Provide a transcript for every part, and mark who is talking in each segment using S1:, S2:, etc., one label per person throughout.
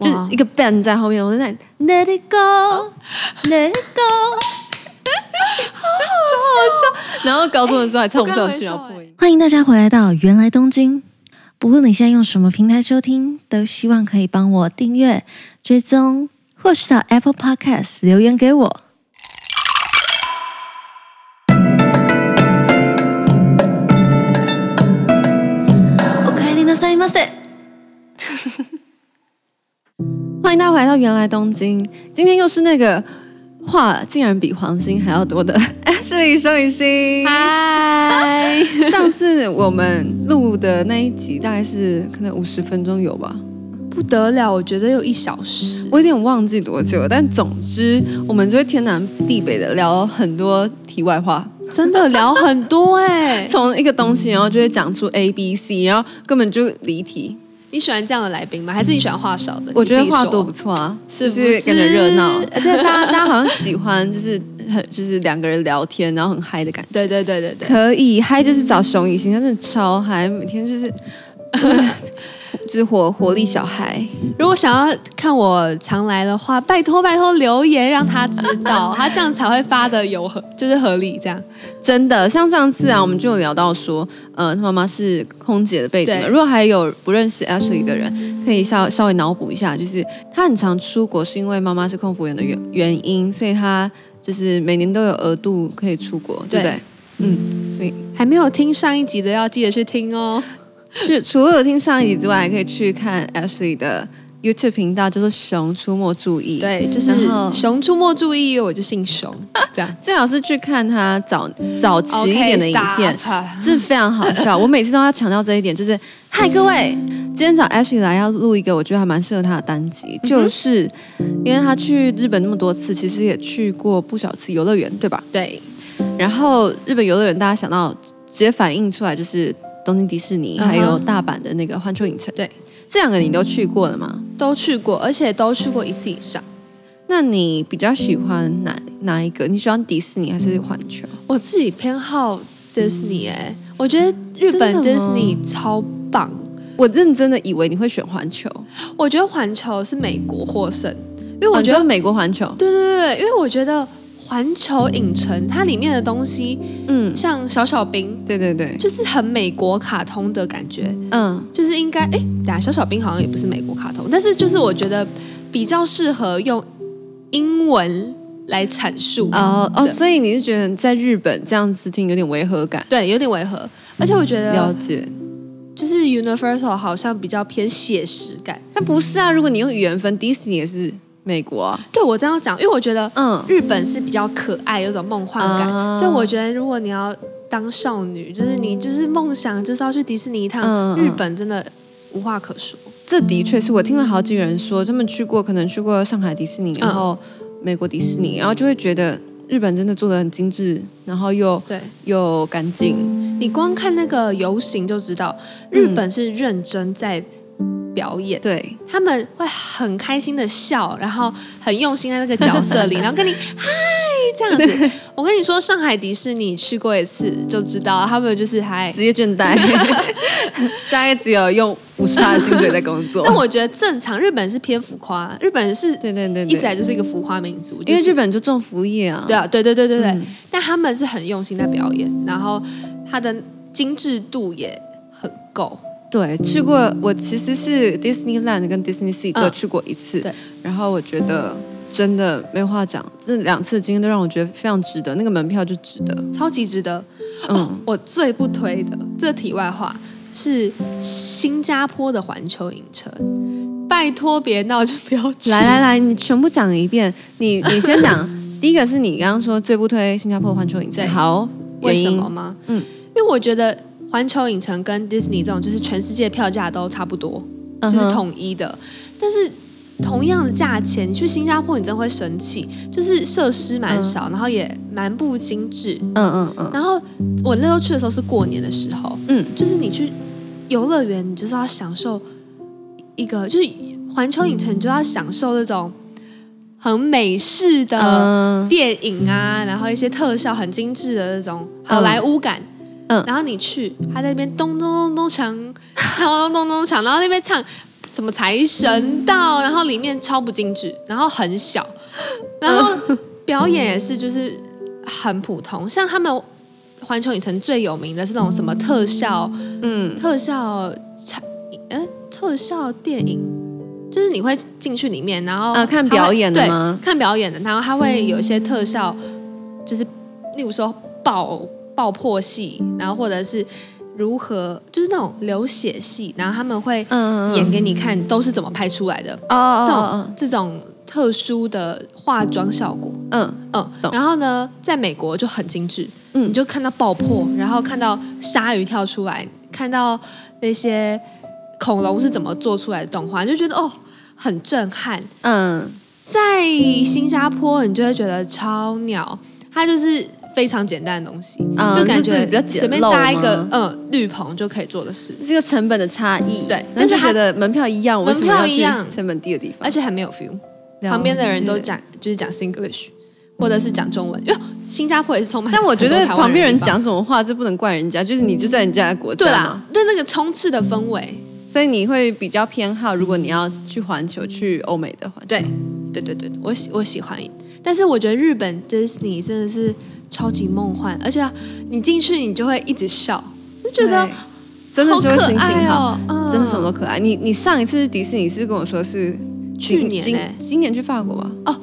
S1: 就是一个 band 在后面，我在那里 Let it go，Let it go，
S2: 然后高中的时候还唱不上
S1: 哎
S2: 去，然
S1: 我
S2: 后
S1: 刚
S2: 破音。
S3: 欢迎大家回来到原来东京。不论你现在用什么平台收听，都希望可以帮我订阅、追踪，或是到 Apple Podcast 留言给我。
S1: 我开琳娜塞马塞。欢迎大家回来到原来东京，今天又是那个话竟然比黄金还要多的 Ashley 双雨欣。
S2: 嗨，
S1: 上次我们录的那一集大概是可能五十分钟有吧，
S2: 不得了，我觉得有一小时。
S1: 我有点忘记多久了，但总之我们就会天南地北的聊很多题外话，
S2: 真的聊很多 哎、
S1: 从一个东西，然后就会讲出 A、B、C，然后根本就离题。
S2: 你喜欢这样的来宾吗？还是你喜欢话少的？
S1: 我觉得
S2: 你自己
S1: 话
S2: 说
S1: 多不错啊，
S2: 是
S1: 就
S2: 不是
S1: 是感觉热闹，而且大家大家好像喜欢就是 很就是两个人聊天，然后很嗨的感觉。
S2: 对对对对对，
S1: 可以嗨就是找熊以行，他真的超嗨，每天就是 就是活活力小孩。
S2: 如果想要看我常来的话，拜托拜托留言让他知 道，他这样才会发的有合，就是合理这样。
S1: 真的，像上次啊，我们就有聊到说，呃，他妈妈是空姐的背景的。
S2: 对
S1: 如果还有不认识 Ashley 的人，可以稍稍微脑补一下，就是她很常出国，是因为妈妈是空服员的原原因，所以她就是每年都有额度可以出国，对不对
S2: 对？
S1: 嗯，所以
S2: 还没有听上一集的，要记得去听哦。
S1: 是除了有听上一集之外，还可以去看 Ashley 的 YouTube 频道，叫做《熊出没注意》。，
S2: 对，就是
S1: 然后
S2: 《熊出没》注意，我就姓熊，这样。
S1: 最好是去看她早早期一点的影片。
S2: OK，stop
S1: 这非常好笑。我每次都要强调这一点，就是嗨各位，今天找 Ashley 来要录一个我觉得还蛮适合她的单
S2: 嗯
S1: 集，就是因为她去日本那么多次，其实也去过不少次游乐园，对吧？
S2: 对，
S1: 然后日本游乐园大家想到直接反映出来就是东京迪士尼，
S2: 嗯哼
S1: 还有大阪的那个环球影城，
S2: 对，
S1: 这两个你都去过了吗？
S2: 都去过，而且都去过一次以上。
S1: 那你比较喜欢哪哪一个？你喜欢迪士尼还是环球？
S2: 我自己偏好 Disney 哎、我觉得日本
S1: 真的吗
S2: Disney 超棒。
S1: 我认真的以为你会选环球，
S2: 我觉得环球是美国获胜，因为
S1: 哦
S2: 我
S1: 你
S2: 觉得、
S1: 美国环球，
S2: 对对对，因为我觉得环球影城它里面的东西，
S1: 嗯，
S2: 像小小兵，
S1: 对对对，
S2: 就是很美国卡通的感觉，
S1: 嗯。
S2: 就是应该哎，等下小小兵好像也不是美国卡通，但是就是我觉得比较适合用英文来阐述
S1: 哦哦，
S2: 对
S1: 所以你是觉得在日本这样子听有点违和感？
S2: 对，有点违和，而且我觉
S1: 了
S2: 得
S1: 解，
S2: 就是 Universal 好像比较偏写实感。
S1: 但不是啊，如果你用语言分，迪士尼也是美国啊，
S2: 对我这样讲，因为我觉得
S1: 嗯，
S2: 日本是比较可爱，有种梦幻感，
S1: 啊
S2: 所以我觉得如果你要当少女，就是你就是梦想就是要去迪士尼一趟，
S1: 嗯嗯
S2: 日本真的无话可说。
S1: 这的确是我听了好几个人说，他们去过，可能去过上海迪士尼，
S2: 嗯
S1: 然后美国迪士尼，然后就会觉得日本真的做的很精致，然后又
S2: 对
S1: 又干净，
S2: 你光看那个游行就知道，日本是认真在表演。
S1: 对，
S2: 他们会很开心的笑，然后很用心在那个角 色里，然后跟你嗨这样子。我跟你说，上海迪士尼去过一次就知道，他们就是嗨。
S1: 职业倦怠，大概只有用五十的薪水在工作。
S2: 但我觉得正常，日本是偏浮夸，日本是
S1: 对对对
S2: 一直
S1: 对，
S2: 来就是一个浮夸民族，
S1: 因为
S2: 就是
S1: 日本就重服务业啊，
S2: 对啊，对对对对对。
S1: 嗯
S2: 但他们是很用心在表演，然后他的精致度也很够。
S1: 对，去过我其实是 Disneyland 跟 Disney Sea 各
S2: 嗯
S1: 去过一次，
S2: 对
S1: 然后我觉得真的没话讲，这两次经验都让我觉得非常值得，那个门票就值得。
S2: 超级值得。
S1: 嗯
S2: 哦，我最不推的这题外话是新加坡的环球影城，拜托别闹就不要去。
S1: 来来来，你全部讲一遍，你你先 讲。第一个是你刚刚说最不推新加坡环球影城，
S2: 对
S1: 好，
S2: 为
S1: 原
S2: 什
S1: 因
S2: 么吗？
S1: 嗯
S2: 嗯，因为我觉得环球影城跟 Disney 这种就是全世界票价都差不多，
S1: 嗯
S2: 就
S1: 哼
S2: 是统一的，但是。同样的价钱，你去新加坡你真会生气，就是设施
S1: 嗯
S2: 蛮少，然后也蛮不精致，
S1: 嗯嗯嗯，
S2: 然后我那时候去的时候是过年的时候，
S1: 嗯
S2: 嗯，就是你去游乐园，你就是要享受一个，就是环球影城，你就要享受那种很美式的
S1: 嗯
S2: 电影啊，然后一些特效很精致的那种好莱坞感。
S1: 嗯
S2: 然后你去，他在那边咚咚咚咚锵，然后咚咚咚锵，然后那边唱怎么财神到，然后里面超不精致，然后很小，
S1: 嗯
S2: 然后表演也是就是很普通，像他们环球影城最有名的是那种什么特效
S1: 嗯，
S2: 特效产呃特效电影，就是你会进去里面，然后
S1: 呃看
S2: 它会
S1: 表演的
S2: 对
S1: 吗
S2: 看表演的，然后它会有一些特效，就是例如说爆爆破戏，然后或者是如何就是那种流血戏，然后他们会
S1: 嗯嗯嗯
S2: 演给你看都是怎么拍出来的，
S1: 哦
S2: 这种、
S1: 哦
S2: 这种特殊的化妆效果。
S1: 哦，嗯，
S2: 嗯，
S1: 懂
S2: 然后呢，在美国就很精致，
S1: 嗯
S2: 你就看到爆破，然后看到鲨鱼跳出来，看到那些恐龙是怎么做出来的动画，你就觉得哦，很震撼。
S1: 嗯，
S2: 在新加坡，你就会觉得超鸟，它就是非常简单的东西，
S1: 嗯
S2: 就感
S1: 就
S2: 觉
S1: 是比较简
S2: 随便搭一个
S1: 陋吗
S2: 嗯绿棚就可以做的事，
S1: 这个成本的差异，
S2: 对
S1: 但
S2: 但是
S1: 是
S2: 它
S1: 觉得门票一样，我为什么
S2: 门票
S1: 要
S2: 一样
S1: 去成本低的地方，
S2: 而且很没有 feel。
S1: 了
S2: 旁边的人都
S1: 解。
S2: 讲就是讲 Singlish，或者是讲中文，因为新加坡也是充满很
S1: 但
S2: 多
S1: 我
S2: 台
S1: 觉
S2: 湾的
S1: 得
S2: 地方。嗯
S1: 旁边人讲什么话，这不能怪人家，就是你就在人家的国家
S2: 对
S1: 嘛
S2: 啦，，但那个充斥的氛围，
S1: 所以你会比较偏好，如果你要去环球，去欧美的环球，
S2: 对，对对对，我喜我喜欢。但是我觉得日本 Disney 真的是超级梦幻，而且啊你进去你就会一直笑，就觉得
S1: 对真的
S2: 好
S1: 就会
S2: 可
S1: 心
S2: 爱
S1: 情好，
S2: 哦，嗯
S1: 真的什么都可爱。你你上一次去迪士尼是跟我说是
S2: 去
S1: 今
S2: 年
S1: 今
S2: 欸
S1: 今年去法国啊吧？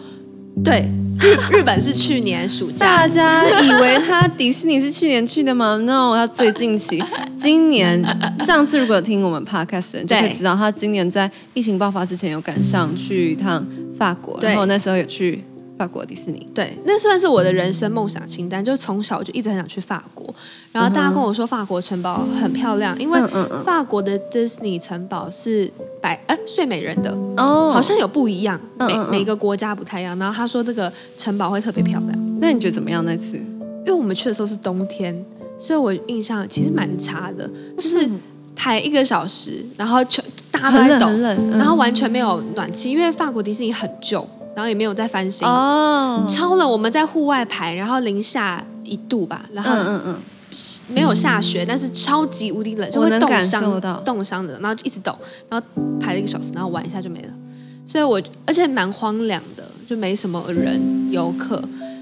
S2: 对。 日日本是去年暑假，
S1: 大家以为他迪士尼是去年去的吗？No，他最近期，今年上次如果有听我们 podcast 的人就
S2: 对
S1: 会知道，他今年在疫情爆发之前有赶上去一趟法国，
S2: 对
S1: 然后那时候有去法国迪士尼。
S2: 对，那算是我的人生梦想清单，就是从小就一直很想去法国。然后大家跟我说法国城堡很漂亮，因为
S1: 嗯嗯
S2: 法国的 Disney 城堡是白哎睡美人的，
S1: 嗯，哦，
S2: 好像有不一样，
S1: 嗯
S2: 每
S1: 嗯嗯
S2: 每个国家不太一样。然后他说那个城堡会特别漂亮，
S1: 那你觉得怎么样？那次
S2: 因为我们去的时候是冬天，所以我印象其实蛮差的，就是排一个小时，然后全大家
S1: 嗯很
S2: 都在
S1: 冷
S2: 抖，
S1: 很冷，嗯
S2: 然后完全没有暖气，因为法国迪士尼很旧，然后也没有在翻新。
S1: 哦，
S2: 超冷，我们在户外排，然后零下一度吧，
S1: 嗯
S2: 然后
S1: 嗯嗯，
S2: 没有下雪，但是超级无敌冷，就
S1: 我
S2: 会
S1: 能
S2: 冻
S1: 感受
S2: 伤
S1: 到，
S2: 冻伤的，然后就一直抖，然后排了一个小时，然后玩一下就没了。所以我而且蛮荒凉的，就没什么人游客，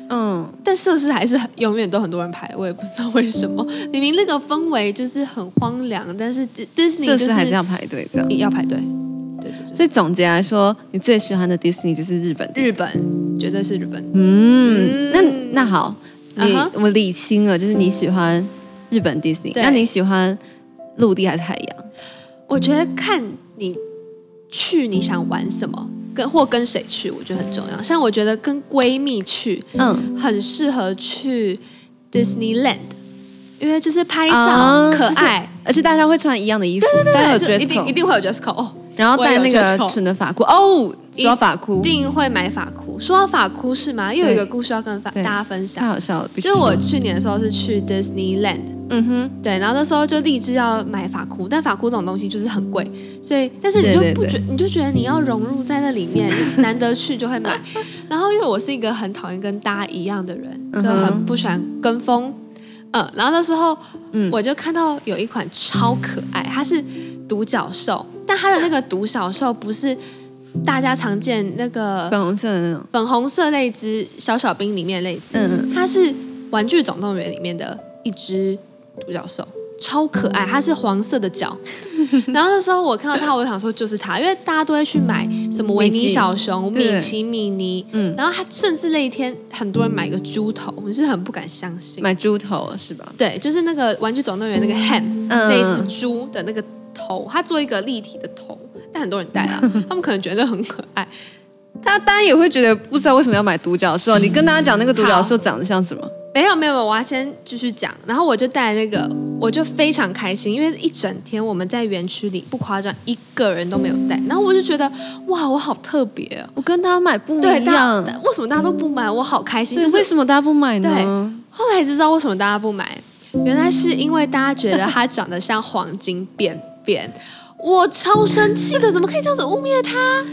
S1: 嗯，
S2: 但设施还是很永远都很多人排，我也不知道为什么。 明明那个氛围就是很荒凉，但是 Di- Disney
S1: 设
S2: 就
S1: 施
S2: 是
S1: 还是要排队这样。
S2: 要排队。对对
S1: 所以总结来说，你最喜欢的迪士尼就是日本迪
S2: 对，
S1: 士
S2: 日
S1: 尼。
S2: 本绝对是日本。
S1: 嗯，那
S2: 嗯
S1: 那好，你、
S2: 啊哈
S1: 我理清了，就是你喜欢日本迪士尼，
S2: 对
S1: 那你喜欢陆地还是海洋？
S2: 我觉得看你去你想玩什么，跟或跟谁去，我觉得很重要。像我觉得跟闺蜜去
S1: 嗯，
S2: 很适合去 Disneyland，因为就是拍照、
S1: 啊
S2: 可
S1: 就是
S2: 爱，
S1: 而且大家会穿一样的衣服，大家有
S2: 对就
S1: dress
S2: 一定一
S1: code，
S2: 定会有 dress code，、哦、
S1: 然后戴那
S2: 我
S1: 个
S2: 也有 dress code
S1: 纯的发箍。哦，
S2: 一
S1: 说到发箍
S2: 一，定会买发箍。说到发箍是吗？又有一个
S1: 对
S2: 故事要跟发
S1: 对
S2: 大家分享
S1: 太。好笑了。必须
S2: 就是我
S1: 说，
S2: 去年的时候是去 Disneyland，
S1: 嗯哼，
S2: 对，然后那时候就立志要买法裤，但法裤这种东西就是很贵，所以但是你就
S1: 对对
S2: 不觉你就觉得你要融入在那里 面，你难得去就会买。然后因为我是一个很讨厌跟大家一样的人，就
S1: 嗯哼
S2: 很不喜欢跟风，嗯，然后那时候
S1: 嗯
S2: 我就看到有一款超可爱，它是独角兽，但它的那个独角兽不是大家常见那个
S1: 粉红色的那种，
S2: 粉红色那一只小小兵里面那一只，
S1: 嗯
S2: 它是《玩具总动员》里面的一只独角兽，超可爱，它是黄色 的脚。然后那时候我看到它，我就想说就是它，因为大家都会去买什么维
S1: 米
S2: 尼
S1: 奇
S2: 小
S1: 嗯
S2: 熊、
S1: 对
S2: 米奇、米妮，
S1: 嗯，
S2: 然后它甚至那一天很多人买个猪头，我是很不敢相信。
S1: 买猪头是吧？
S2: 对，就是那个《玩具总动员》那个 Ham、
S1: 嗯
S2: 那一只猪的那个头，它做一个立体的头，但很多人 戴了，他们可能觉得很可爱。
S1: 他当然也会觉得不知道为什么要买独角
S2: 嗯
S1: 兽。你跟大家讲那个独角兽长得像什么？
S2: 没有没有，没有我要先继续讲。然后我就带那个，我就非常开心，因为一整天我们在园区里不夸张，一个人都没有带。然后我就觉得哇，我好特别哦。
S1: 我跟大家买不
S2: 对，
S1: 一
S2: 大家
S1: 样。
S2: 为什么大家都不买？我好开心。
S1: 对，
S2: 就是
S1: 为什么大家不买呢
S2: 对？后来知道为什么大家不买，原来是因为大家觉得它长得像黄金便便。我超生气的，怎么可以这样子污蔑它？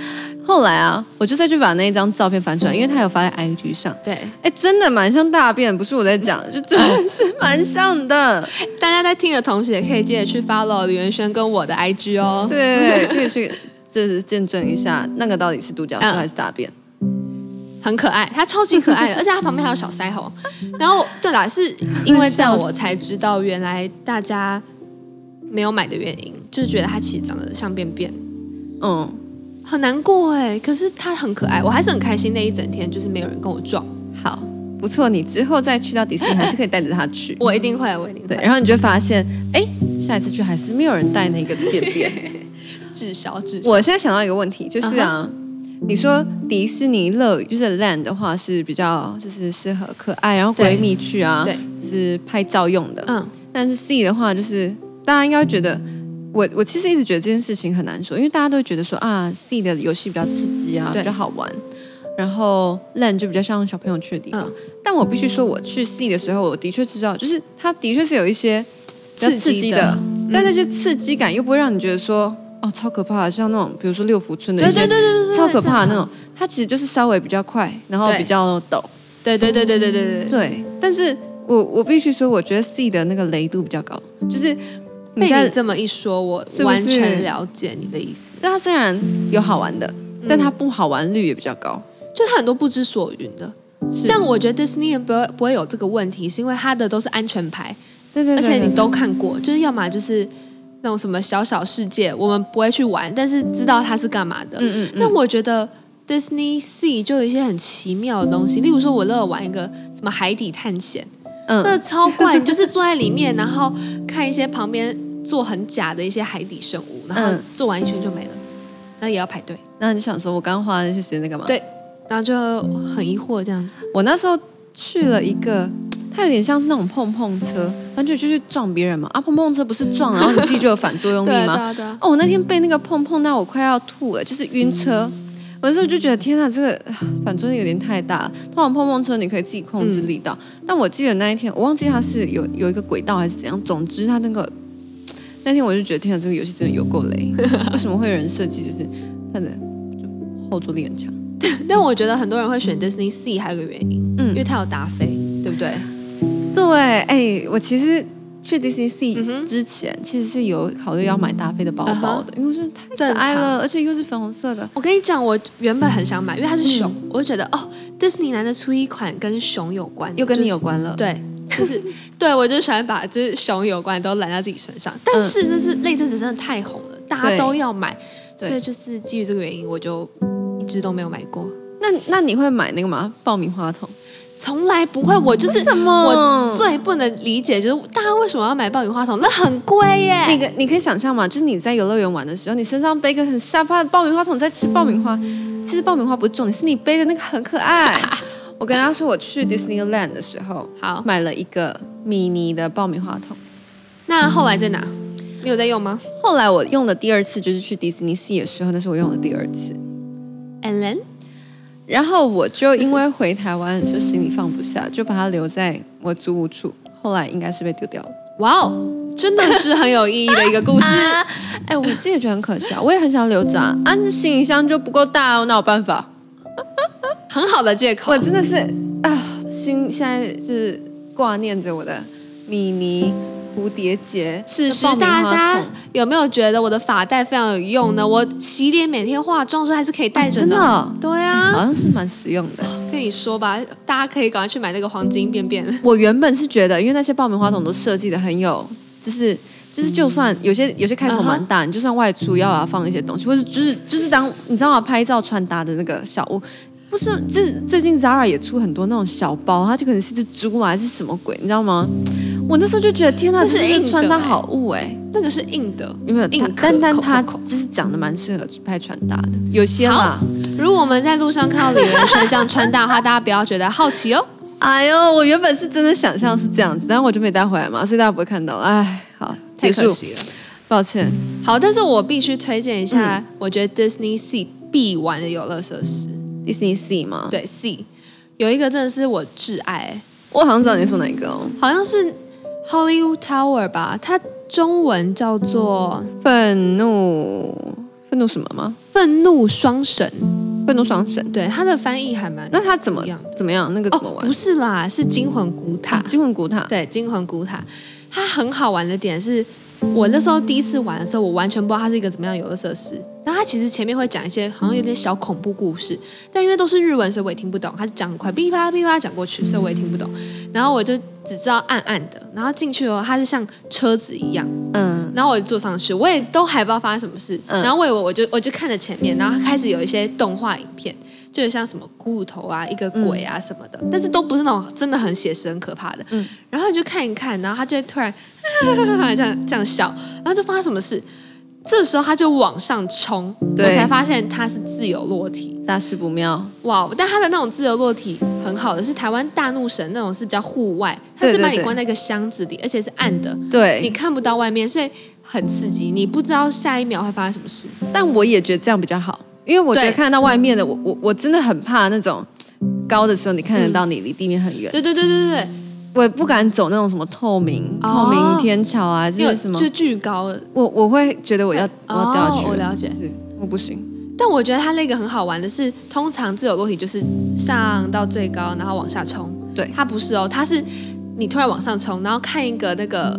S1: 后来啊，我就再去把那一张照片翻出来，因为他有发在 IG 上。
S2: 对，
S1: 哎，真的蛮像大便，不是我在讲，就真的是蛮像
S2: 嗯
S1: 的。
S2: 大家在听的同时，也可以记得去 follow 李元轩跟我的 IG 哦。
S1: 对对对，这个是就是见证一下那个到底是独角兽
S2: 嗯
S1: 还是大便。
S2: 很可爱，它超级可爱的，而且它旁边还有小腮 红。然后，对啦，是因为这样我才知道原来大家没有买的原因，就是觉得它其实长得像便便，
S1: 嗯，
S2: 很难过哎。可是它很可爱，我还是很开心那一整天，就是没有人跟我撞，
S1: 好，不错，你之后再去到迪士尼还是可以带着它去。
S2: 我一定会，我一定
S1: 对，
S2: 会，
S1: 然后你就会发现，哎，下一次去还是没有人带那个便便。
S2: 至少至少
S1: 我现在想到一个问题，就是啊。
S2: 嗯
S1: 你说迪士尼乐就是 land 的话是比较就是适合可爱，然后
S2: 对
S1: 闺蜜去啊，
S2: 对，
S1: 是拍照用的。
S2: 嗯，
S1: 但是 C 的话，就是大家应该会觉得，我我其实一直觉得这件事情很难说，因为大家都会觉得说啊，C 的游戏比较刺激啊，
S2: 对
S1: 比较好玩，然后 LAN 就比较像小朋友去的地方。
S2: 嗯
S1: 但我必须说，我去 C 的时候，我的确知道，就是它的确是有一些比较刺
S2: 刺
S1: 激
S2: 激
S1: 的，
S2: 的嗯
S1: 但那些刺激感又不会让你觉得说哦超可怕的，像那种比如说六福村的
S2: 对
S1: 一
S2: 对
S1: 些
S2: 对对对，
S1: 超可怕的那
S2: 种。
S1: 种，它其实就是稍微比较快，然后
S2: 对
S1: 比较陡，
S2: 对对对对对对对对，
S1: 对，但是我我必须说，我觉得 C 的那个雷度比较高，就是你
S2: 被
S1: 在
S2: 你，这么一说，我
S1: 是不是
S2: 完全了解你的意思。
S1: 但它虽然有好玩的，
S2: 嗯
S1: 但它不好玩率也比较高。
S2: 就他很多不知所云的。像我觉得 Disney 不会不会有这个问题，是因为它的都是安全牌，
S1: 对对
S2: 而
S1: 对
S2: 且
S1: 对
S2: 你都看过，就是要么就是那种什么小小世界，我们不会去玩，但是知道它是干嘛的。
S1: 嗯嗯
S2: 但我觉得 Disney Sea 就有一些很奇妙的东西，例如说，我乐玩一个什么海底探险，
S1: 嗯
S2: 那
S1: 嗯，
S2: 超怪，你就是坐在里面，然后看一些旁边做很假的一些海底生物，然后
S1: 嗯
S2: 做完一圈就没了，那也要排队，
S1: 那你就想说，我刚刚花了那些时间在干嘛？
S2: 对然后就很疑惑这样子。
S1: 我那时候去了一个。它有点像是那种碰碰车，反正就去撞别人嘛。啊，碰碰车不是撞，然后你自己就有反作用力吗？
S2: 对啊对啊。
S1: 哦，我那天被那个碰碰到我快要吐了，就是晕车。
S2: 嗯
S1: 我那时候就觉得天呐，这个啊反作用力有点太大了。通常碰碰车你可以自己控
S2: 嗯
S1: 制力道，但我记得那一天我忘记它是有有一个轨道还是怎样，总之它那个那天我就觉得天呐，这个游戏真的有够 累。为什么会有人设计就是它的就后坐力很强？
S2: 但我觉得很多人会选 Disney Sea 还有一个原因，
S1: 嗯
S2: 因为它有达菲，对不对？
S1: 对，哎、我其实去 Disney
S2: 嗯哼嗯
S1: Sea 之前、其实是有考虑要买达菲的包包的，因为我觉得太可爱
S2: 正
S1: 了，而且又是粉红色的。
S2: 我跟你讲，我原本很想买，因为它是熊，我就觉得哦，迪士尼难得出一款跟熊有关的，
S1: 又跟你有
S2: 就
S1: 关了，
S2: 是、对，就是对我就喜欢把这熊有关的都揽在自己身上。但是那是那阵子真的太红了，大
S1: 嗯
S2: 家
S1: 对
S2: 都要买，
S1: 对
S2: 所以就是基于这个原因，我就一直都没有买过，
S1: 那那你会买那个吗？爆米花桶？
S2: 从来不会。我就是
S1: 什么
S2: 我最不能理解就是大家为什么要买爆米花筒？那很贵耶！
S1: 那个你可以想象嘛，就是你在游乐园玩的时候，你身上背个很下巴的爆米花桶在吃爆米花。其实爆米花不是重点，是你背的那个很可 爱。我跟他说，我去 Disneyland 的时候
S2: 好，
S1: 买了一个迷你的爆米花桶。
S2: 那后来在哪？你有在用吗
S1: 后来我用的第二次就是去迪士尼 Sea 的时候，那是我用的第二次。
S2: ？Ellen，
S1: 然后我就因为回台湾就行李放不下，就把它留在我租屋处。后来应该是被丢掉了。
S2: 哇哦，真的是很有意义的一个 故事。
S1: 哎、我自己也觉得很可笑，我也很想留着啊，啊，行李箱就不够大哦，那有办法？
S2: 很好的借口
S1: 我。真的是啊，心现在就是挂念着我的米妮蝴蝶结。
S2: 此时
S1: 爆米花
S2: 大家
S1: 筒
S2: 有没有觉得我的发带非常有用呢？我洗脸每天化妆的时候还是可以带着
S1: 真的
S2: 呢。
S1: 哦、
S2: 对啊，
S1: 好像是蛮实用的。
S2: 跟你说吧，大家可以赶快去买那个黄金便便。
S1: 我原本是觉得，因为那些爆米花筒都设计的很有，就是就是，就算有些有些开口
S2: 嗯
S1: 蛮大，你就算外出要把它放一些东西，或者就是就是当你知道吗？拍照穿搭的那个小物，不是，就是最近 Zara 也出很多那种小包，它就可能是只猪啊，还是什么鬼，你知道吗？我那时候就觉得，天呐，
S2: 那
S1: 这是
S2: 是
S1: 一
S2: 硬
S1: 个
S2: 的
S1: 穿搭
S2: 欸
S1: 好物哎、
S2: 那个是硬的。
S1: 有没有？
S2: 硬
S1: 它
S2: 壳
S1: 但但
S2: 口
S1: 它
S2: 口
S1: 就是长得蛮适合拍穿搭的，有些啦。
S2: 如果我们在路上看到李元帅这样穿搭的话，大家不要觉得好 奇哦。
S1: 哎呦，我原本是真的想象是这样子，但我就没带回来嘛，所以大家不会看到。哎，好，
S2: 太
S1: 结
S2: 可
S1: 束，嗯
S2: 惜了。
S1: 抱歉。
S2: 好，但是我必须推荐一下，我觉得 Disney Sea 必玩的游乐设施，
S1: Disney Sea 吗？，
S2: 对 Sea 有一个真的是我挚爱，
S1: 我好像知道你说哪一个哦，
S2: 好像是 Hollywood Tower 吧，它中文叫做
S1: 愤怒，愤怒什么吗？
S2: 愤怒双神，
S1: 愤怒双神。
S2: 对它的翻译还蛮
S1: 那它怎么
S2: 一样
S1: 怎么样？那个怎么
S2: 哦，
S1: 玩啊
S2: 不？是嗯啦，是惊魂古塔，
S1: 金魂古塔。
S2: 对，惊魂古塔，它很好玩的点是我那时候第一次玩的时候，我完全不知道它是一个怎么样的游乐设施。然后它其实前面会讲一些好像有点小恐怖故事，但因为都是日文，所以我也听不懂。它就讲很快，噼啪噼啪讲过去，所以我也听不懂。然后我就只知道暗暗的，然后进去哦，它是像车子一样，
S1: 嗯，
S2: 然后我就坐上去，我也都还不知道发生什么事。
S1: 嗯
S2: 然后我以为我就我就看着前面，然后开始有一些动画影片，就有像什么骷髅头啊、一个鬼啊什么的，但是都不是那种真的很写实、很可怕的。
S1: 嗯
S2: 然后你就看一看，然后他就会突然啊这样这样笑，然后就发生什么事。这时候他就往上冲，我
S1: 对
S2: 才发现他是自由落体。
S1: 大事不妙，
S2: 哇！但他的那种自由落体很好的是台湾大怒神那种是比较户外，他
S1: 对
S2: 是
S1: 对
S2: 把你
S1: 对
S2: 关在一个箱子里，而且是暗的，你
S1: 对，
S2: 看不到外面，所以很刺激，你不知道下一秒会发生什么事。
S1: 但我也觉得这样比较好，因为我觉得
S2: 对
S1: 看得到外面的，我我我真的很怕那种高的时候，你看得到
S2: 嗯
S1: 你离地面很远，
S2: 对对对对对，
S1: 我也不敢走那种什么透明、透
S2: 哦
S1: 明天桥啊，
S2: 你
S1: 这
S2: 有
S1: 是什么
S2: 就，巨高了。
S1: 我我会觉得我要我要掉下去
S2: 哦我了解
S1: 就是我不行，
S2: 但我觉得它那个很好玩的是，通常自由落体就是上到最高，然后往下冲。
S1: 对
S2: 它不是哦，它是你突然往上冲，然后看一个那个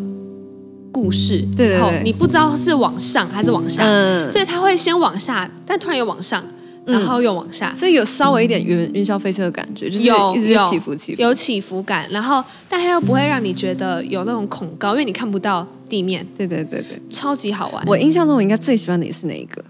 S2: 故事，
S1: 对对
S2: 后
S1: 对
S2: 你不知道是往上还是往下，
S1: 嗯，
S2: 所以它会先往下，但突然又往上，
S1: 嗯
S2: 然后又往下。
S1: 所以有稍微一点云云霄飞车的感觉，就是
S2: 有
S1: 一直
S2: 有
S1: 起伏起伏，
S2: 有起伏感，然后但它又不会让你觉得有那种恐高，因为你看不到地面，
S1: 对对对对。
S2: 超级好玩。
S1: 我印象中我应该最喜欢的也是哪一个？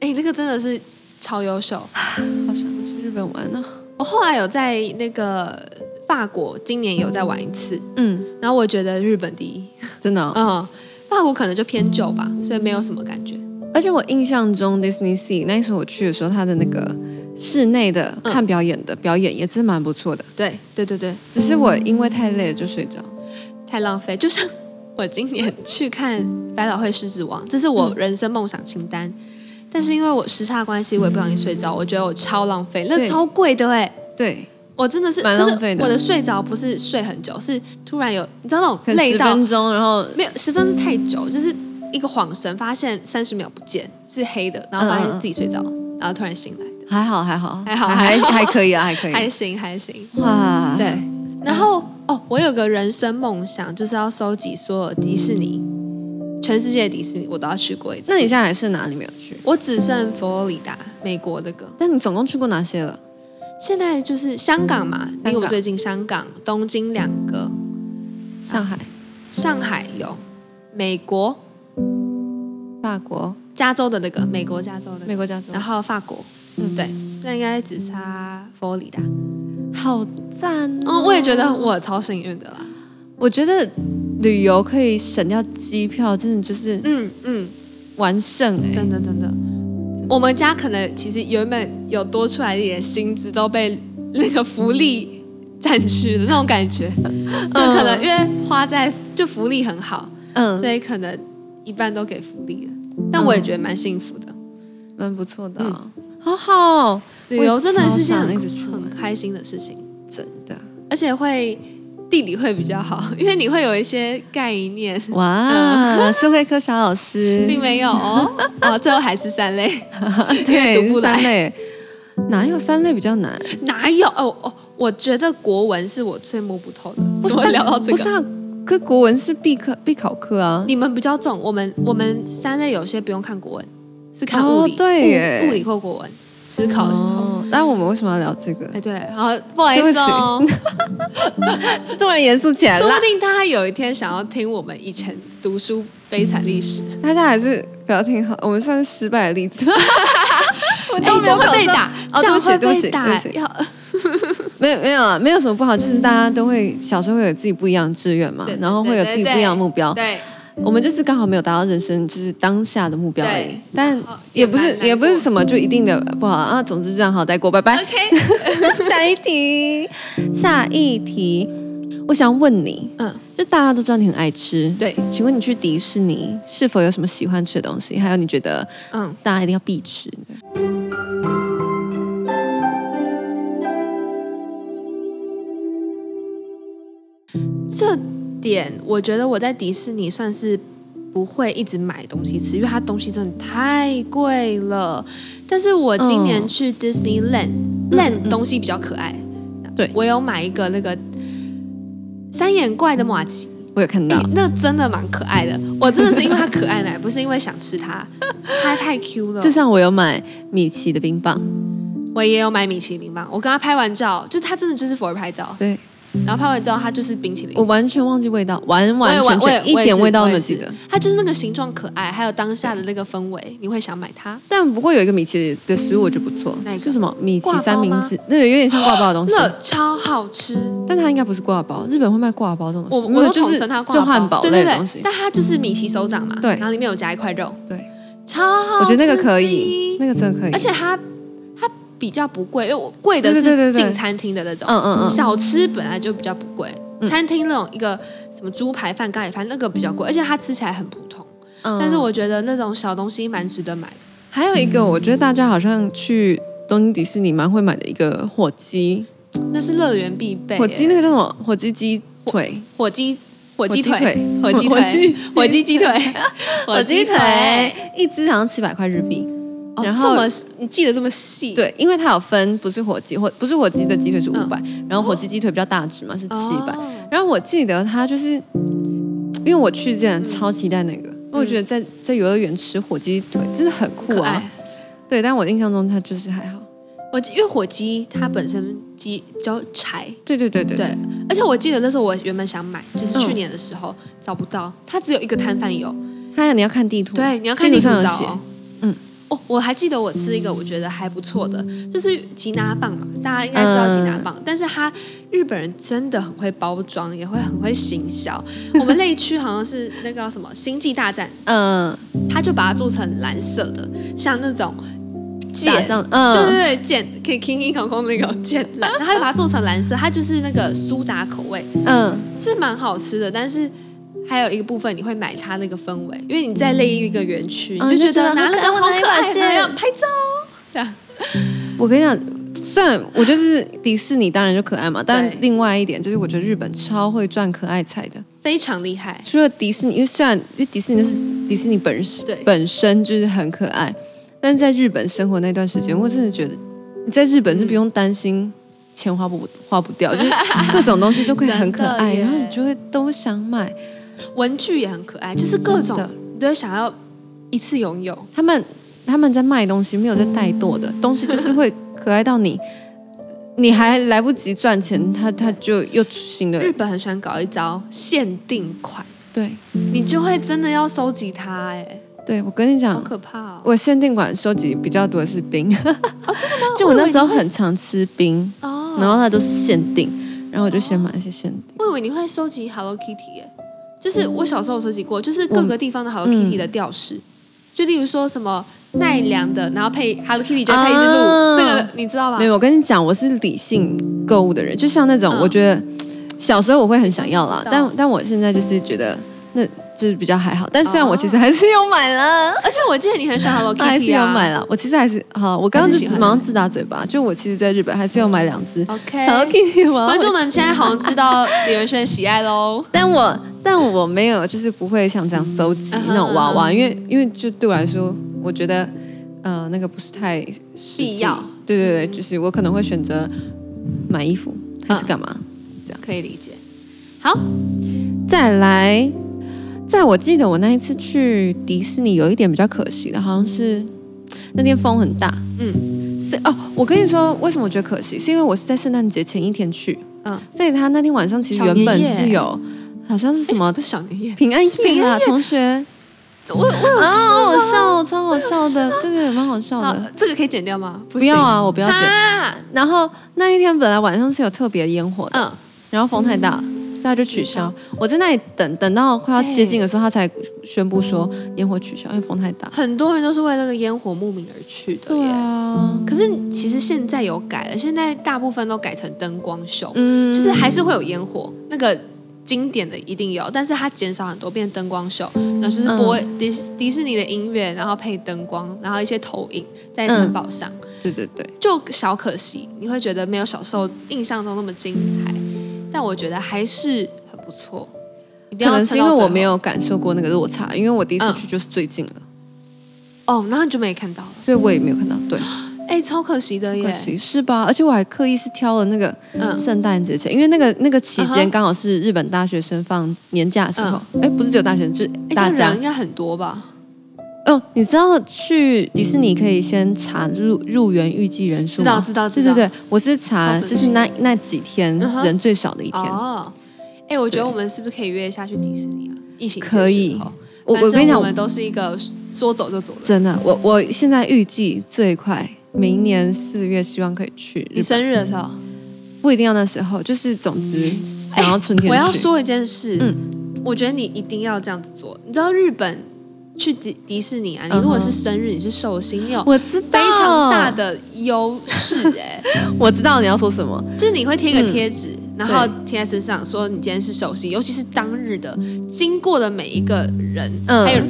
S2: 哎、那个真的是超优秀。
S1: 好想去日本玩呢、
S2: 我后来有在那个法国，今年有再玩一次，
S1: 嗯，
S2: 然后我觉得日本第一。
S1: 真的哦、
S2: 嗯，法国可能就偏旧吧，所以没有什么感觉。
S1: 而且我印象中 Disney Sea 那时候我去的时候，它的那个室内的
S2: 嗯
S1: 看表演的表演也真蛮不错的。
S2: 对对对对，
S1: 只是我因为太累了就睡着。
S2: 太浪费。就像我今年去看百老汇《狮子王》，这是
S1: 嗯
S2: 我人生梦想清单。但是因为我时差关系，我也不小心睡着，我觉得我超浪费，那
S1: 对
S2: 超贵的哎、
S1: 对，
S2: 我真的是，
S1: 蛮
S2: 可
S1: 浪
S2: 是
S1: 费的
S2: 我的睡着不是睡很久，是突然有，你知道那
S1: 可能
S2: 种累
S1: 十
S2: 到
S1: 分钟，然后
S2: 没有十分太久，就是一个晃神，发现三十秒不见是黑的，然后发现自己睡
S1: 嗯
S2: 着，然后突然醒来，
S1: 还好还好
S2: 还好
S1: 还
S2: 还好
S1: 还可以啊，还可
S2: 还
S1: 以。
S2: 行还行。
S1: 哇，
S2: 对，
S1: 嗯
S2: 然后哦，我有个人生梦想，就是要收集所有迪士尼，全世界的迪士尼我都要去过一次。
S1: 那你现在还是哪里没有去？
S2: 我只剩佛罗里达，美国那个。
S1: 但你总共去过哪些了？
S2: 现在就是香港嘛，
S1: 香
S2: 离我们
S1: 港
S2: 最近香港、东京两个，
S1: 上海、
S2: 啊上海有，美国、
S1: 法国、
S2: 加州的那个，美国加州的、那
S1: 美
S2: 个，
S1: 国加州
S2: 然，后法国，
S1: 嗯
S2: 嗯，啊对，那应该只差佛罗里达。
S1: 好赞哦
S2: 嗯，我也觉得我超幸运的啦。
S1: 我觉得旅游可以省掉机票，真的就是
S2: 嗯嗯，
S1: 完胜哎、
S2: 真的真的，我们家可能其实原本有多出来的一点薪资都被那个福利占去了，那种 感觉，就可能因为花在就福利很好，
S1: 嗯，
S2: 所以可能一半都给福利了。但我也觉得蛮幸福的，
S1: 蛮不错的啊、好好哦，
S2: 嗯旅游真的是件
S1: 我也
S2: 很
S1: 超想一直去玩
S2: 很开心的事情。
S1: 真的
S2: 而且会地理会比较好，因为你会有一些概 念，嗯
S1: 哇，社会科傻老
S2: 并
S1: 师，
S2: 没有哦。哦，最后还是 三类，因为
S1: 对，
S2: 读不
S1: 三
S2: 来。
S1: 类，哪有三类比较难？
S2: 哪有？哦哦，我觉得国文是我最摸不透的。
S1: 不是
S2: 我会聊到这
S1: 不是
S2: 个，
S1: 啊，可国文是必课必考课啊，
S2: 你们比较重，我们我们三类有些不用看国文，是看
S1: 哦
S2: 物理，
S1: 对耶
S2: 物物理或国文，思考的时候。
S1: 哦那我们为什么要聊这个？
S2: 哎，对，然后不好意思哦，
S1: 突然严肃起来
S2: 说
S1: 了
S2: 不，定大家有一天想要听我们以前读书悲惨历史，
S1: 大家还是不要听好，我们算是失败的例子。我
S2: 哎，
S1: 都没有
S2: 这样会被
S1: 搞错
S2: 打，
S1: 哦
S2: 这样会
S1: 对不起
S2: 被打
S1: 对不起，对不起
S2: 要
S1: 没有没有啊，没有什么不好，就是大家都会小时候会有自己不一样的志愿嘛
S2: 对，对
S1: 然后会有自己不一样的目标。
S2: 对。
S1: 我们就是刚好没有达到人生就是当下的目标而已
S2: 对，
S1: 但
S2: 哦
S1: 也不是
S2: 蛮难过
S1: 也不是什么就一定的不好啊。总之这样好带过，拜拜。
S2: OK，
S1: 下一题，下一题，我想问你，
S2: 嗯，
S1: 就大家都知道你很爱吃，
S2: 对，
S1: 请问你去迪士尼是否有什么喜欢吃的东西？还有你觉得
S2: 嗯，
S1: 大家一定要必吃的？
S2: 这点我觉得我在迪士尼算是不会一直买东西吃，因为它东西真的太贵了。但是我今年去 Disneyland，Land、
S1: 嗯
S2: 东西比较可爱，
S1: 对
S2: 我有买一个那个三眼怪的马吉，
S1: 我有看到
S2: 哎、，那真的蛮可爱的。我真的是因为它可爱奶，不是因为想吃它， 它太 Q 了。
S1: 就像我有买米奇的冰棒，
S2: 我也有买米其林棒，我跟他拍完照，就是他真的就是 for 拍照，
S1: 对
S2: 然后拍完照他就是冰淇淋
S1: 我。完全忘记味道，完
S2: 我也
S1: 完全
S2: 我也
S1: 全一
S2: 我也
S1: 点
S2: 是
S1: 味道
S2: 我
S1: 都
S2: 也
S1: 没有记
S2: 是
S1: 得。
S2: 它就是那个形状可爱，还有当下的那个氛围，你会想买它。
S1: 但不过有一个米奇的食物我觉得不错
S2: 哪，一个
S1: 是什么米奇
S2: 挂包
S1: 三明
S2: 吗哦
S1: 治？那个有点像挂包的东西，
S2: 那超好吃，
S1: 但它应该不是挂包。日本会卖挂包这种东
S2: 我
S1: 西，没
S2: 我
S1: 有
S2: 都
S1: 就
S2: 统
S1: 是
S2: 称它挂
S1: 就
S2: 包
S1: 汉堡
S2: 对
S1: 类
S2: 对
S1: 的
S2: 对
S1: 东西。
S2: 但它就是米奇手掌嘛，
S1: 对
S2: 然后里面有加一块肉，
S1: 对，
S2: 超好吃。
S1: 我觉得那个可以，那个真的可以。
S2: 而且它它比较不贵，因为我贵的
S1: 对对对
S2: 是
S1: 对对
S2: 进餐厅的那种，
S1: 嗯嗯嗯
S2: 小吃本来就比较不贵，
S1: 嗯
S2: 餐厅那种一个什么猪排饭、咖喱饭那个比较贵，而且它吃起来很普通。
S1: 嗯
S2: 但是我觉得那种小东西蛮值得买。
S1: 还有一个，我觉得大家好像去东京迪士尼蛮会买的一个火鸡，
S2: 那是乐园必备耶。
S1: 火鸡那个叫什么？火鸡鸡腿，
S2: 火鸡火鸡
S1: 火鸡
S2: 腿
S1: 腿、
S2: 火鸡
S1: 火鸡
S2: 腿、火鸡鸡 腿、
S1: 火鸡腿，一只好像七百块日币。
S2: 哦
S1: 然后
S2: 这么你记得这么细，，
S1: 对，因为它有分，不是火鸡或不是火鸡的鸡腿是五百、然后火鸡鸡腿比较大只嘛是七百、
S2: 嗯哦
S1: 然后我记得它就是，因为我去之
S2: 嗯
S1: 前超期待那个，因为我觉得在在游乐园吃火鸡腿真的很酷
S2: 可
S1: 啊
S2: 爱。。
S1: 对，但我印象中它就是还好。
S2: 我记因为火鸡它本身鸡比较柴，
S1: 对对对对
S2: 对，而且我记得那时候我原本想买，就是
S1: 嗯
S2: 去年的时候找不到，它只有一个摊贩有。
S1: 还有你嗯要看地图，
S2: 对，你要看地图
S1: 上
S2: 找
S1: 有
S2: 哦
S1: 写。。嗯，
S2: 哦，我还记得我吃一个我觉得还不错的，就是吉拿棒嘛，大家应该知道吉拿
S1: 嗯
S2: 棒，但是它日本人真的很会包装，也会很会行销。 我们那一区好像是那个叫什么《星际大战
S1: 嗯，》，
S2: 他就把它做成蓝色的，像那种
S1: 打
S2: 剑。
S1: 仗，
S2: 对
S1: 嗯，
S2: 对对，剑可以 King 空空那个剑 蓝，然后他就把它做成蓝色，它就是那个苏打口味，
S1: 嗯，
S2: 是蛮好吃的，但是还有一个部分你会买它那个氛围，因为你在另一个园区，
S1: 嗯
S2: 你就觉得拿那
S3: 就觉得
S2: 个
S3: 好
S2: 好
S3: 可爱
S2: 可
S3: 我拿一把
S2: 爱，
S3: 剑
S2: 还要拍照，这样
S1: 我跟你讲，虽然我就是迪士尼，当然就可爱嘛，但
S2: 对
S1: 另外一点就是，我觉得日本超会赚可爱彩的。
S2: 非常厉害。
S1: 除了迪士尼，因为虽然因为迪士尼是迪士尼本身
S2: 对
S1: 本身就是很可爱，但是在日本生活那段时间，我真的觉得你在日本是不用担心钱花不花不掉，就是各种东西都可以很可爱，
S2: 真的耶
S1: 然后你就会都想买。
S2: 文具也很可爱，就是各
S1: 真
S2: 种
S1: 的
S2: 你都会想要一次拥有。
S1: 他们他们在卖东西，没有在怠惰的东西，就是会可爱到你，你还来不及赚钱，他他就又出新的
S2: 日本很喜欢搞一招限定款，
S1: 对
S2: 你就会真的要收集它，哎，
S1: 对，我跟你
S2: 好
S1: 讲，
S2: 可怕哦！
S1: 嗯我限定馆收集比较多的是冰，
S2: 哦，真的吗？
S1: 就我那时
S2: 候
S1: 候很常吃冰，然
S2: 哦，
S1: 后它都是限定，然后我就先买一些限定。
S2: 我以为你会收集 Hello Kitty，哎，就是我小时候有收集过，就是各个地方的 Hello
S1: 哦嗯
S2: Kitty 的吊饰，就例如说什么奈良的，然后配 Hello Kitty 就配一只鹿，
S1: 啊
S2: 那个你知道吧
S1: 没？有，我跟你讲，我是理性购物的人，就像那种
S2: 嗯
S1: 我觉得小时候我会很想要啦
S2: 我，懂
S1: 但但我现在就是觉得那就是比较还好，但虽然我
S2: 哦
S1: 其实还是有买了。
S2: 而且我记得你很喜欢 Hello
S1: 他 还是
S2: Kitty
S1: 有
S2: 啊
S1: 买了，我其实还是好，我刚刚
S2: 还
S1: 就是
S2: 喜
S1: 只
S2: 欢哦
S1: 忙上自打嘴巴，就我其实在日本还是有买两只
S2: OK，
S1: Hello Kitty 的娃娃
S2: 观众们现在好像知 道李文轩的喜爱喽。
S1: 但我但我没有就是不会像这样搜集
S2: 嗯哼
S1: 那种娃娃，因为因为就对我来说，我觉得呃那个不是太实际
S2: 必要，
S1: 对对对，就是我可能会选择买衣服还
S2: 嗯
S1: 是干嘛。
S2: 可以理解。好，
S1: 再来，在我记得我那一次去迪士尼，有一点比较可惜的，好像是那天风很大。嗯，是哦。我跟你说，为什么我觉得可惜，是因为我是在圣诞节前一天去，
S2: 嗯，
S1: 所以他那天晚上其实
S2: 小年
S1: 原
S2: 夜哎
S1: 本是有，好像是什么
S2: 不是小年夜，
S1: 平安
S2: 平安
S1: 夜啊，同学。
S2: 我我有
S1: 啊，好
S2: 哦
S1: 笑，超好笑的，对对，蛮好笑
S2: 好
S1: 的。，
S2: 这个可以剪掉吗？不
S1: 不
S2: 行
S1: 要，啊，我不要剪。
S2: 啊，
S1: 然后那一天本来晚上是有特别烟火的，
S2: 嗯，
S1: 然后风太大，所以他就取消。我在那里等等到快要接近的时候，他才宣布说烟火取消，因为风太大。
S2: 很多人都是为那个烟火慕名而去的
S1: 对
S2: 耶。
S1: 啊，
S2: 可是其实现在有改了，现在大部分都改成灯光秀，
S1: 嗯，
S2: 就是还是会有烟火，那个经典的一定有，但是它减少很多，变成灯光秀，然后就是
S1: 嗯
S2: 播迪士迪士尼的音乐，然后配灯光，然后一些投影在城堡上。
S1: 对对对，
S2: 就小可惜，你会觉得没有小时候印象中那么精彩，但我觉得还是很不错。一定
S1: 可
S2: 要
S1: 能是因为
S2: 撑到最
S1: 我
S2: 后
S1: 没有感受过那个落差，因为我第一次
S2: 嗯
S1: 去就是最近了，
S2: 哦，然后你就没看到了。
S1: 所以我也没有看到。对，
S2: 哎、超可惜的耶，
S1: 可惜是吧？而且我还刻意是挑了那个
S2: 嗯
S1: 圣诞节前，因为那个那个期
S2: 嗯哼
S1: 间刚好是日本大学生放年假的时候，哎、不是只有大学生，就是
S2: 嗯哎、
S1: 大
S2: 这样
S1: 家
S2: 人应。该很多吧？
S1: 哦，你知道去迪士尼可以先查入入园预计人数
S2: 知道
S1: 吗？
S2: 知道
S1: 对
S2: 知道，
S1: 对对，我是查
S2: 超神奇
S1: 就是那那几天
S2: 嗯哼
S1: 人最少的一天。
S2: 哦，哎、我觉得
S1: 对
S2: 我们是不是可以约一下去迪士尼啊？疫情结束
S1: 可以
S2: 后
S1: 我
S2: 反正
S1: 我跟你讲
S2: 我，们都是一个说走就走的。
S1: 真的，我我现在预计最快明年四月，希望可以去日
S2: 嗯你
S1: 本。
S2: 生日的时候，
S1: 嗯不一定要那时候，就是总之想要春天去。
S2: 嗯哎我要说一件事，
S1: 嗯
S2: 我觉得你一定要这样子做。你知道日本去迪迪士尼啊，你
S1: 嗯哼
S2: 如果是生日，你是寿星，你有
S1: 我知道
S2: 非常大，的优势哎、
S1: 我知道你要说什么。
S2: 就是你会贴一个贴纸，然后
S1: 嗯对
S2: 贴在身上，说你今天是寿星，尤其是当日的经过的每一个人，
S1: 嗯
S2: 还有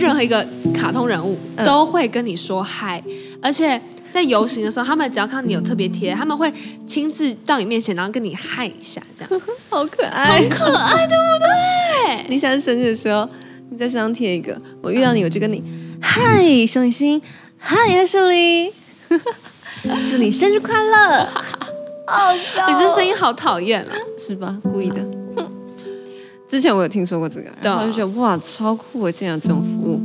S2: 任何一个卡通人物、
S1: 嗯
S2: 都会跟你说嗨，而且。在游行的时候，他们只要看到你有特别贴，他们会亲自到你面前，然后跟你嗨一下，这 样
S1: 好可
S2: 好
S1: 爱！
S2: 可爱，对不 对？
S1: 你想生日的时候，你在身上贴一个。我遇到你，我就跟你
S2: 嗯
S1: 嗨，熊雨欣，嗨，艾秀玲， 祝你生日快乐，好笑
S2: 你这声音好讨厌啊！
S1: 是吧？故意的。 之前我有听说过这个，
S2: 对啊
S1: 然后就觉得哇，超酷！我竟然有这种服务，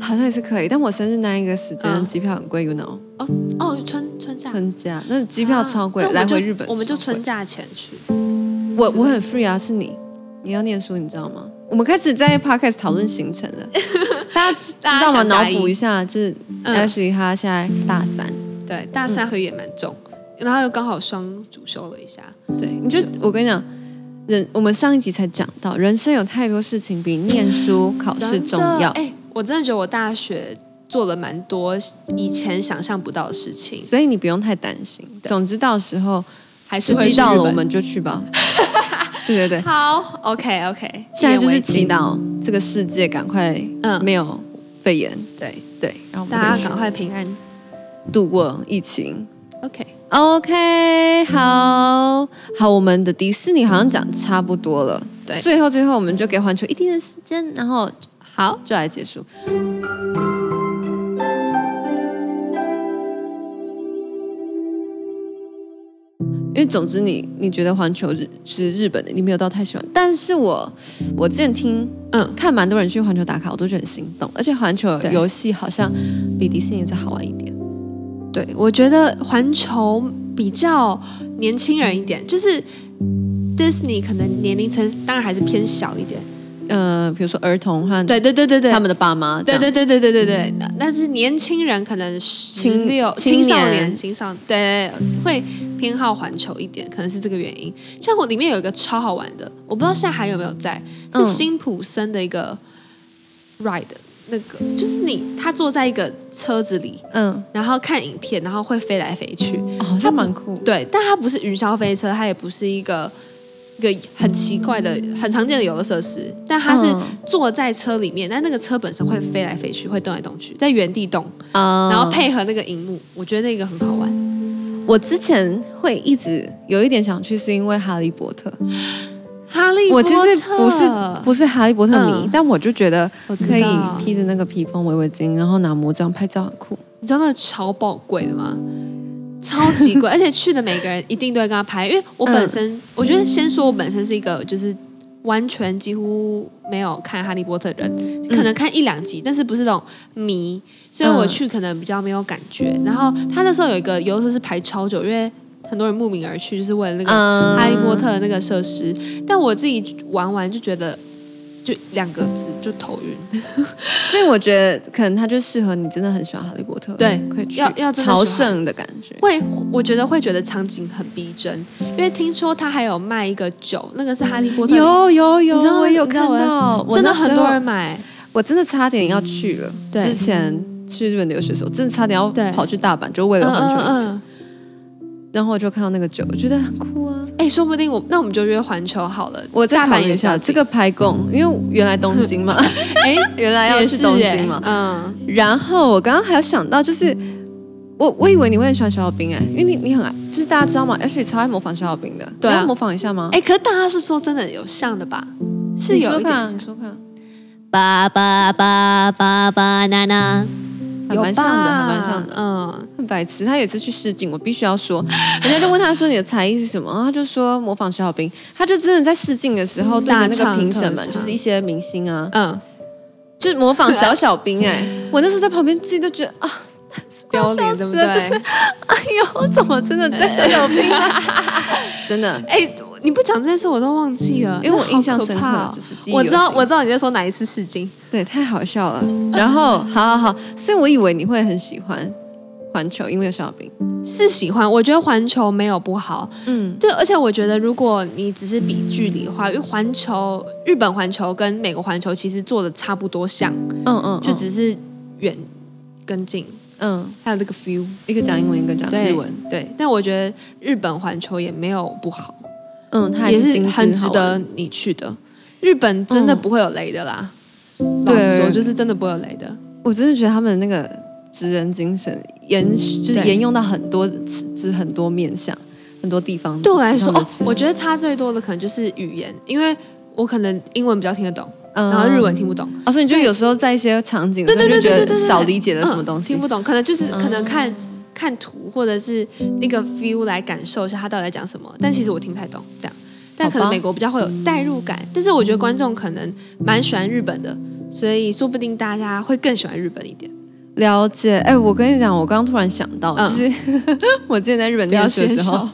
S1: 好像也是可以。但我生日那一个时间，
S2: 嗯
S1: 机票很贵，you know，
S2: 哦哦，春春假，
S1: 春假那机票超贵，
S2: 啊那
S1: 来
S2: 我们就
S1: 回日本
S2: 我们就
S1: 超贵
S2: 春假前去。
S1: 我我很 free 啊，是你，你要念书，你知道吗？我们开始在 podcast 讨论行程 了，大家知
S2: 大家
S1: 道吗？
S2: 想加
S1: 脑
S2: 一
S1: 补一下，就是
S2: 嗯
S1: Ashley 他现在大三，
S2: 对，大
S1: 嗯
S2: 三合也蛮重，然后又刚好双主修了一下，
S1: 对，你就我跟你讲，人我们上一集才讲到，人生有太多事情比念书、考试
S2: 真的
S1: 重要，
S2: 哎、我真的觉得我大学做了蛮多以前想象不到的事情，
S1: 所以你不用太担心。总之到时候
S2: 还是
S1: 时
S2: 会
S1: 机
S2: 去
S1: 到
S2: 日
S1: 了，我
S2: 本
S1: 们就去 吧。对对对，
S2: 好，OK OK，
S1: 现在就是祈，祷这个世界赶快
S2: 嗯
S1: 没有肺炎，
S2: 对，
S1: 对，然后我们
S2: 大
S1: 可以
S2: 家
S1: 去
S2: 赶快平安
S1: 度过疫情。
S2: ，OK，
S1: OK，好好，我们的迪士尼好像讲差不多了。
S2: 对
S1: 最后最后我们就给环球一定的时间，然后
S2: 好，
S1: 就来结束。因为总之你你觉得环球日是日本的，你没有到太喜欢，但是我我之前听
S2: 嗯，
S1: 看蛮多人去环球打卡，我都觉得很心动，而且环球
S2: 对
S1: 游戏好像比迪士尼再好玩一点。
S2: 对，我觉得环球比较年轻人一点，就是 Disney 可能年龄层当然还是偏小一点，
S1: 呃，比如说儿童和
S2: 对对对对对，
S1: 他们的爸妈，
S2: 对对对对对对对，那但是年轻人可能十
S1: 青
S2: 六
S1: 嗯青
S2: 青少
S1: 年
S2: 年青少对会偏好环球一点，可能是这个原因。像我里面有一个超好玩的，我不知道现在还有没有在，是
S1: 嗯
S2: 辛普森的一个 ride，那个就是你他坐在一个车子里，
S1: 嗯，
S2: 然后看影片，然后会飞来飞去。
S1: 哦好像蛮酷。
S2: 对，但它不是云霄飞车，它也不是一个一个很奇怪的、很常见的游乐设施，但它是
S1: 嗯
S2: 坐在车里面，但那个车本身会飞来飞去，会动来动去，在原地动，
S1: 啊
S2: 然后，配合那个荧幕，我觉得那个很好玩。
S1: 我之前会一直有一点想去，是因为哈利波特。
S2: 哈利
S1: 我
S2: 波特，
S1: 其实不是不是哈利波特迷，
S2: 嗯
S1: 但我就觉得
S2: 我知道
S1: 可以披着那个披风围围巾，然后拿魔杖拍照很酷。
S2: 你知道那个超爆贵的吗？超级 贵，而且去的每个人一定都会跟他拍，因为我本身、我觉得先说我本身是一个就是完全几乎没有看《哈利波特》的人，可能看一两集，但是不是那种迷，所以我去可能比较没有感觉。然后他那时候有一个游乐设施排超久，因为很多人慕名而去，就是为了那个
S1: 嗯，
S2: 哈利波特的那个设施。但我自己玩完就觉得，就两个字就头晕。
S1: 所以我觉得可能它就适合你，真的很喜欢哈利波特，
S2: 对
S1: 可以去
S2: 要要真的喜
S1: 朝
S2: 欢
S1: 圣的感觉。
S2: 会，我觉得会觉得场景很逼真，因为听说他还有卖一个酒，那个是哈利波特，
S1: 有有有，
S2: 你知道
S1: 我
S2: 那个
S1: 有
S2: 你知道
S1: 看
S2: 我要
S1: 到，我
S2: 真的
S1: 那时
S2: 很多
S1: 候
S2: 人买，
S1: 我真的差点要去了。
S2: 对
S1: 之前去日本留学的时候，真的差点要
S2: 对
S1: 跑去大阪，就为
S2: 嗯
S1: 了环球
S2: 嗯
S1: 影城。
S2: 嗯，
S1: 然后我就看到那个酒，我觉得很酷啊。
S2: 哎、说不定我那我们就约环球好了，
S1: 我再
S2: 大
S1: 考
S2: 阪
S1: 虑
S2: 也
S1: 一下
S2: 想
S1: 这个排供，因为原来东京 嘛，
S2: 哎、
S1: 原来要
S2: 也
S1: 去
S2: 是
S1: 东
S2: 哎
S1: 京嘛。
S2: 嗯，
S1: 然后我刚刚还有想到，就是我我以为你会很喜欢小小兵哎、因为你你很爱，就是大家知道吗？Ashley 超爱模仿小小兵的，
S2: 对啊
S1: 你要模仿一下吗？
S2: 哎、可是大家是说真的有像的吧？是
S1: 你
S2: 有
S1: 说
S2: 一点
S1: 看啊，
S2: 像
S1: 你说看啊。
S3: 爸爸爸爸爸娜娜，
S1: 还蛮像的，还蛮像的。
S2: 嗯，
S1: 很白痴，他有一次去试镜，我必须要说，人家就问他说你的才艺是什么，然后他就说模仿徐小兵，他就真的在试镜的时候
S2: 嗯
S1: 对着那
S2: 大唱
S1: 个评审
S2: 特
S1: 们，
S2: 唱
S1: 就是一些明星啊，
S2: 嗯，
S1: 就是模仿小小 兵哎、我那时候在旁边自己都觉得啊，
S2: 丢脸对不
S1: 笑死了
S2: 对？
S1: 哎呦，怎么真的在小小兵啊？ 真的，
S2: 哎、你不讲这件事我都忘记了，
S1: 因为我印象
S2: 那好可
S1: 深刻
S2: 怕哦
S1: 就是记忆
S2: 我知道
S1: 犹新
S2: 我知道你在说哪一次试镜，
S1: 对，太好笑了。
S2: 嗯
S1: 然后，好好好，所以我以为你会很喜欢环球，因为有小小兵，
S2: 是喜欢，我觉得环球没有不好，
S1: 嗯，
S2: 对，而且我觉得如果你只是比距离的话，因为环球日本环球跟美国环球其实做的差不多像，
S1: 嗯嗯，
S2: 就
S1: 就只
S2: 只是远跟近，
S1: 嗯，
S2: 还有这个 feel
S1: 一个讲英文，一个讲
S2: 对
S1: 日文，
S2: 对，但我觉得日本环球也没有不好，
S1: 嗯，他
S2: 也
S1: 是精致
S2: 很值
S1: 好玩
S2: 得你去的。日本真的
S1: 嗯
S2: 不会有雷的啦，老实
S1: 对
S2: 说，就是真的不会有雷的。
S1: 我真的觉得他们那个职人精神延续就是
S2: 嗯对
S1: 沿用到很多，就是很多面向，很多地方。
S2: 对我来说，
S1: 他们
S2: 哦
S1: 的职，
S2: 我觉得差最多的可能就是语言，因为我可能英文比较听得懂，
S1: 嗯
S2: 然后日文听不懂。
S1: 哦，所以你就有时候在一些场景的时候，你就觉得少理解了什么东西
S2: 嗯听。不懂，可能就是
S1: 嗯
S2: 可能看看图或者是那个 feel 来感受一下他到底在讲什么，但其实我听不太懂这样。但可能
S1: 好吧
S2: 美国比较会有代入感，但是我觉得观众可能蛮喜欢日本的，所以说不定大家会更喜欢日本一点。
S1: 了解，哎，我跟你讲，我刚刚突然想到，
S2: 嗯
S1: 就是 我之前在日本
S2: 不要
S1: 念书的
S2: 先
S1: 时候
S2: 说，，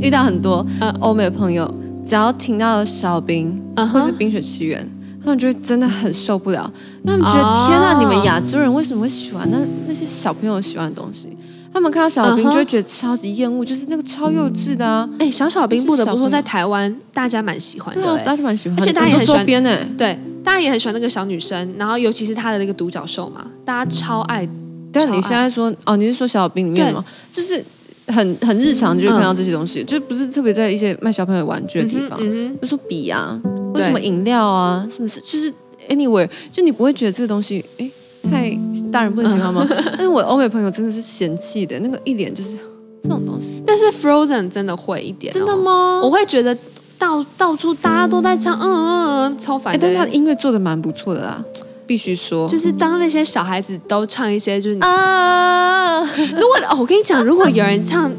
S1: 遇到很多
S2: 嗯
S1: 欧美的朋友，只要听到小兵
S2: 嗯
S1: 或是
S2: 哼
S1: 《冰雪奇缘》，他们就会真的很受不了，因为他们觉得、
S2: 哦
S1: 天呐，你们亚洲人为什么会喜欢那那些小朋友喜欢的东西？他们看到小兵
S2: 嗯哼
S1: 就会觉得超级厌恶就是那个超幼稚的啊。
S2: 哎、小小兵不得
S1: 是小
S2: 不
S1: 朋
S2: 说，
S1: 友
S2: 在台湾大家蛮喜欢
S1: 对
S2: 的、
S1: 啊，
S2: 哎
S1: 大家蛮喜欢的，
S2: 而且大家也很
S1: 很多
S2: 喜
S1: 周
S2: 欢
S1: 边呢、欸
S2: 对，大家也很喜欢那个小女生，然后尤其是她的那个独角兽嘛，大家超爱。
S1: 但
S2: 超
S1: 你现在说哦，你是说小兵里面的吗？就是很很日常，就是看到这些东西，就不是特别在一些卖小朋友玩具的地方。
S2: 嗯嗯
S1: 比如说笔啊，或
S2: 对
S1: 什么饮料啊，什么是就是 anywhere，就你不会觉得这个东西哎太大人不能喜欢吗？
S2: 嗯
S1: 但是我欧美朋友真的是嫌弃的，那个一脸就是这种东西
S2: 哼，，但是 Frozen 真的会一点、哦
S1: 真的？吗？
S2: 我会觉得到到处大家都在唱，嗯嗯嗯，超
S1: 哎，
S2: 烦的。
S1: 但是他的音乐做的蛮不错的啦，必须说，
S2: 就是当那些小孩子都唱一些，就是你、
S3: 啊，
S2: 如果哦，我跟你讲，如果有人唱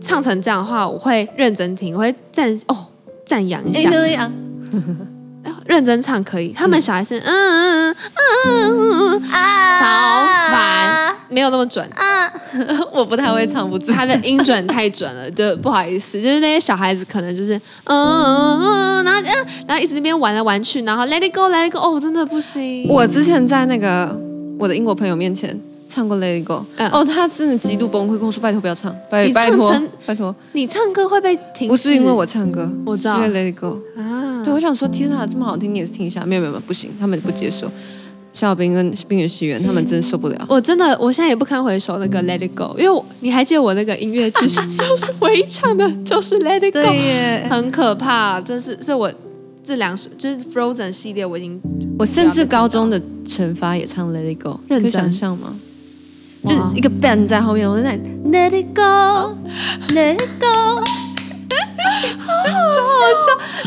S2: 唱成这样的话，我会认真听，我会赞哦赞扬一下，
S3: 这 样
S2: 认真唱可以。他们小孩是嗯嗯嗯嗯嗯嗯，
S3: 啊，
S2: 超烦，没有那么 准。
S1: 我不太会唱不住。
S2: 他的音准太准了，就不好意思，就是那些小孩子可能就是嗯嗯嗯，嗯然后嗯，然后一直那边玩来玩去，然后 Let it go，Let it go，哦，真的不行。
S1: 我之前在那个我的英国朋友面前唱过《Let It Go》，
S2: 嗯
S1: 哦，他真的极度崩溃，跟我说拜托不要唱，拜
S2: 你
S1: 拜
S2: 唱
S1: 托
S2: 成
S1: 拜托，
S2: 你唱歌会被停止，
S1: 不是因为我唱歌，
S2: 我知道
S1: 是因为《Let It Go》。
S2: 啊，
S1: 对，我想说，天啊，这么好听你也是听一下？没有没有，没有不行，他们不接受。夏小兵跟冰雪奇缘，他们真的受不了。
S2: 我真的，我现在也不堪回首那个 Let It Go，因为我你还记得我那个音乐剧，就是我一唱的就是 Let It
S3: 对
S2: Go，
S3: 耶，
S2: 很可怕，真是，所以我这两首就是 Frozen 系列，我已经
S1: 我甚至高中的惩罚也唱《Let It Go》，
S2: 认真
S1: 可以想象吗？就
S2: 哇
S1: 是一个 band 在后面，我在那里
S3: Let it go，Let it go，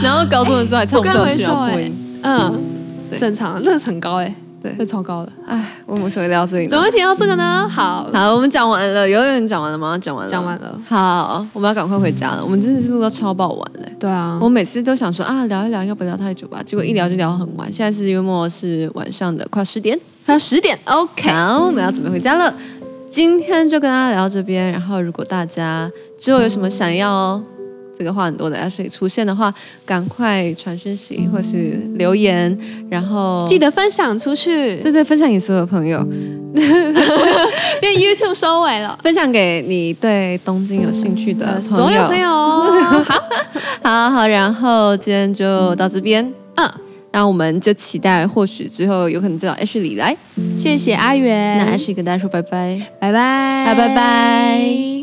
S1: 然后高中的时候还唱不上去，
S2: 哎
S1: 然后
S2: 不该
S1: 破
S2: 回首
S1: 音。
S2: 嗯
S1: 对
S2: 正常，那个很高哎、
S1: 对
S2: 欸，那超高的，
S1: 哎，我们怎么聊到这里呢？
S2: 怎么会提到这个呢？好，
S1: 好，我们讲完了，有人讲完了吗？讲完了，
S2: 讲完。了，
S1: 好，我们要赶快回家了。我们真的是录到超爆晚嘞、
S2: 对啊，
S1: 我每次都想说啊，聊一聊，应该不聊太久吧？结果一聊就聊很晚。现在是约莫是晚上的快十点。
S2: 还有十点，OK，
S1: 好，我们要准备回家了。今天就跟大家聊到这边，然后如果大家之后有什么想要这个话很多的 Ashley 出现的话，赶快传讯息或是留言，然后
S2: 记得分享出去，
S1: 对对分享给所有朋友，
S2: 变 YouTube 收尾了，
S1: 分享给你对东京有兴趣的
S2: 所有朋友哦，好，
S1: 好好，然后今天就到这边，
S2: 嗯，
S1: 那我们就期待或许之后有可能再找 Ashley 来，
S2: 谢谢阿
S1: 那
S2: 元，
S1: Ashley 跟大家说拜拜。
S2: 拜拜，
S1: 拜拜拜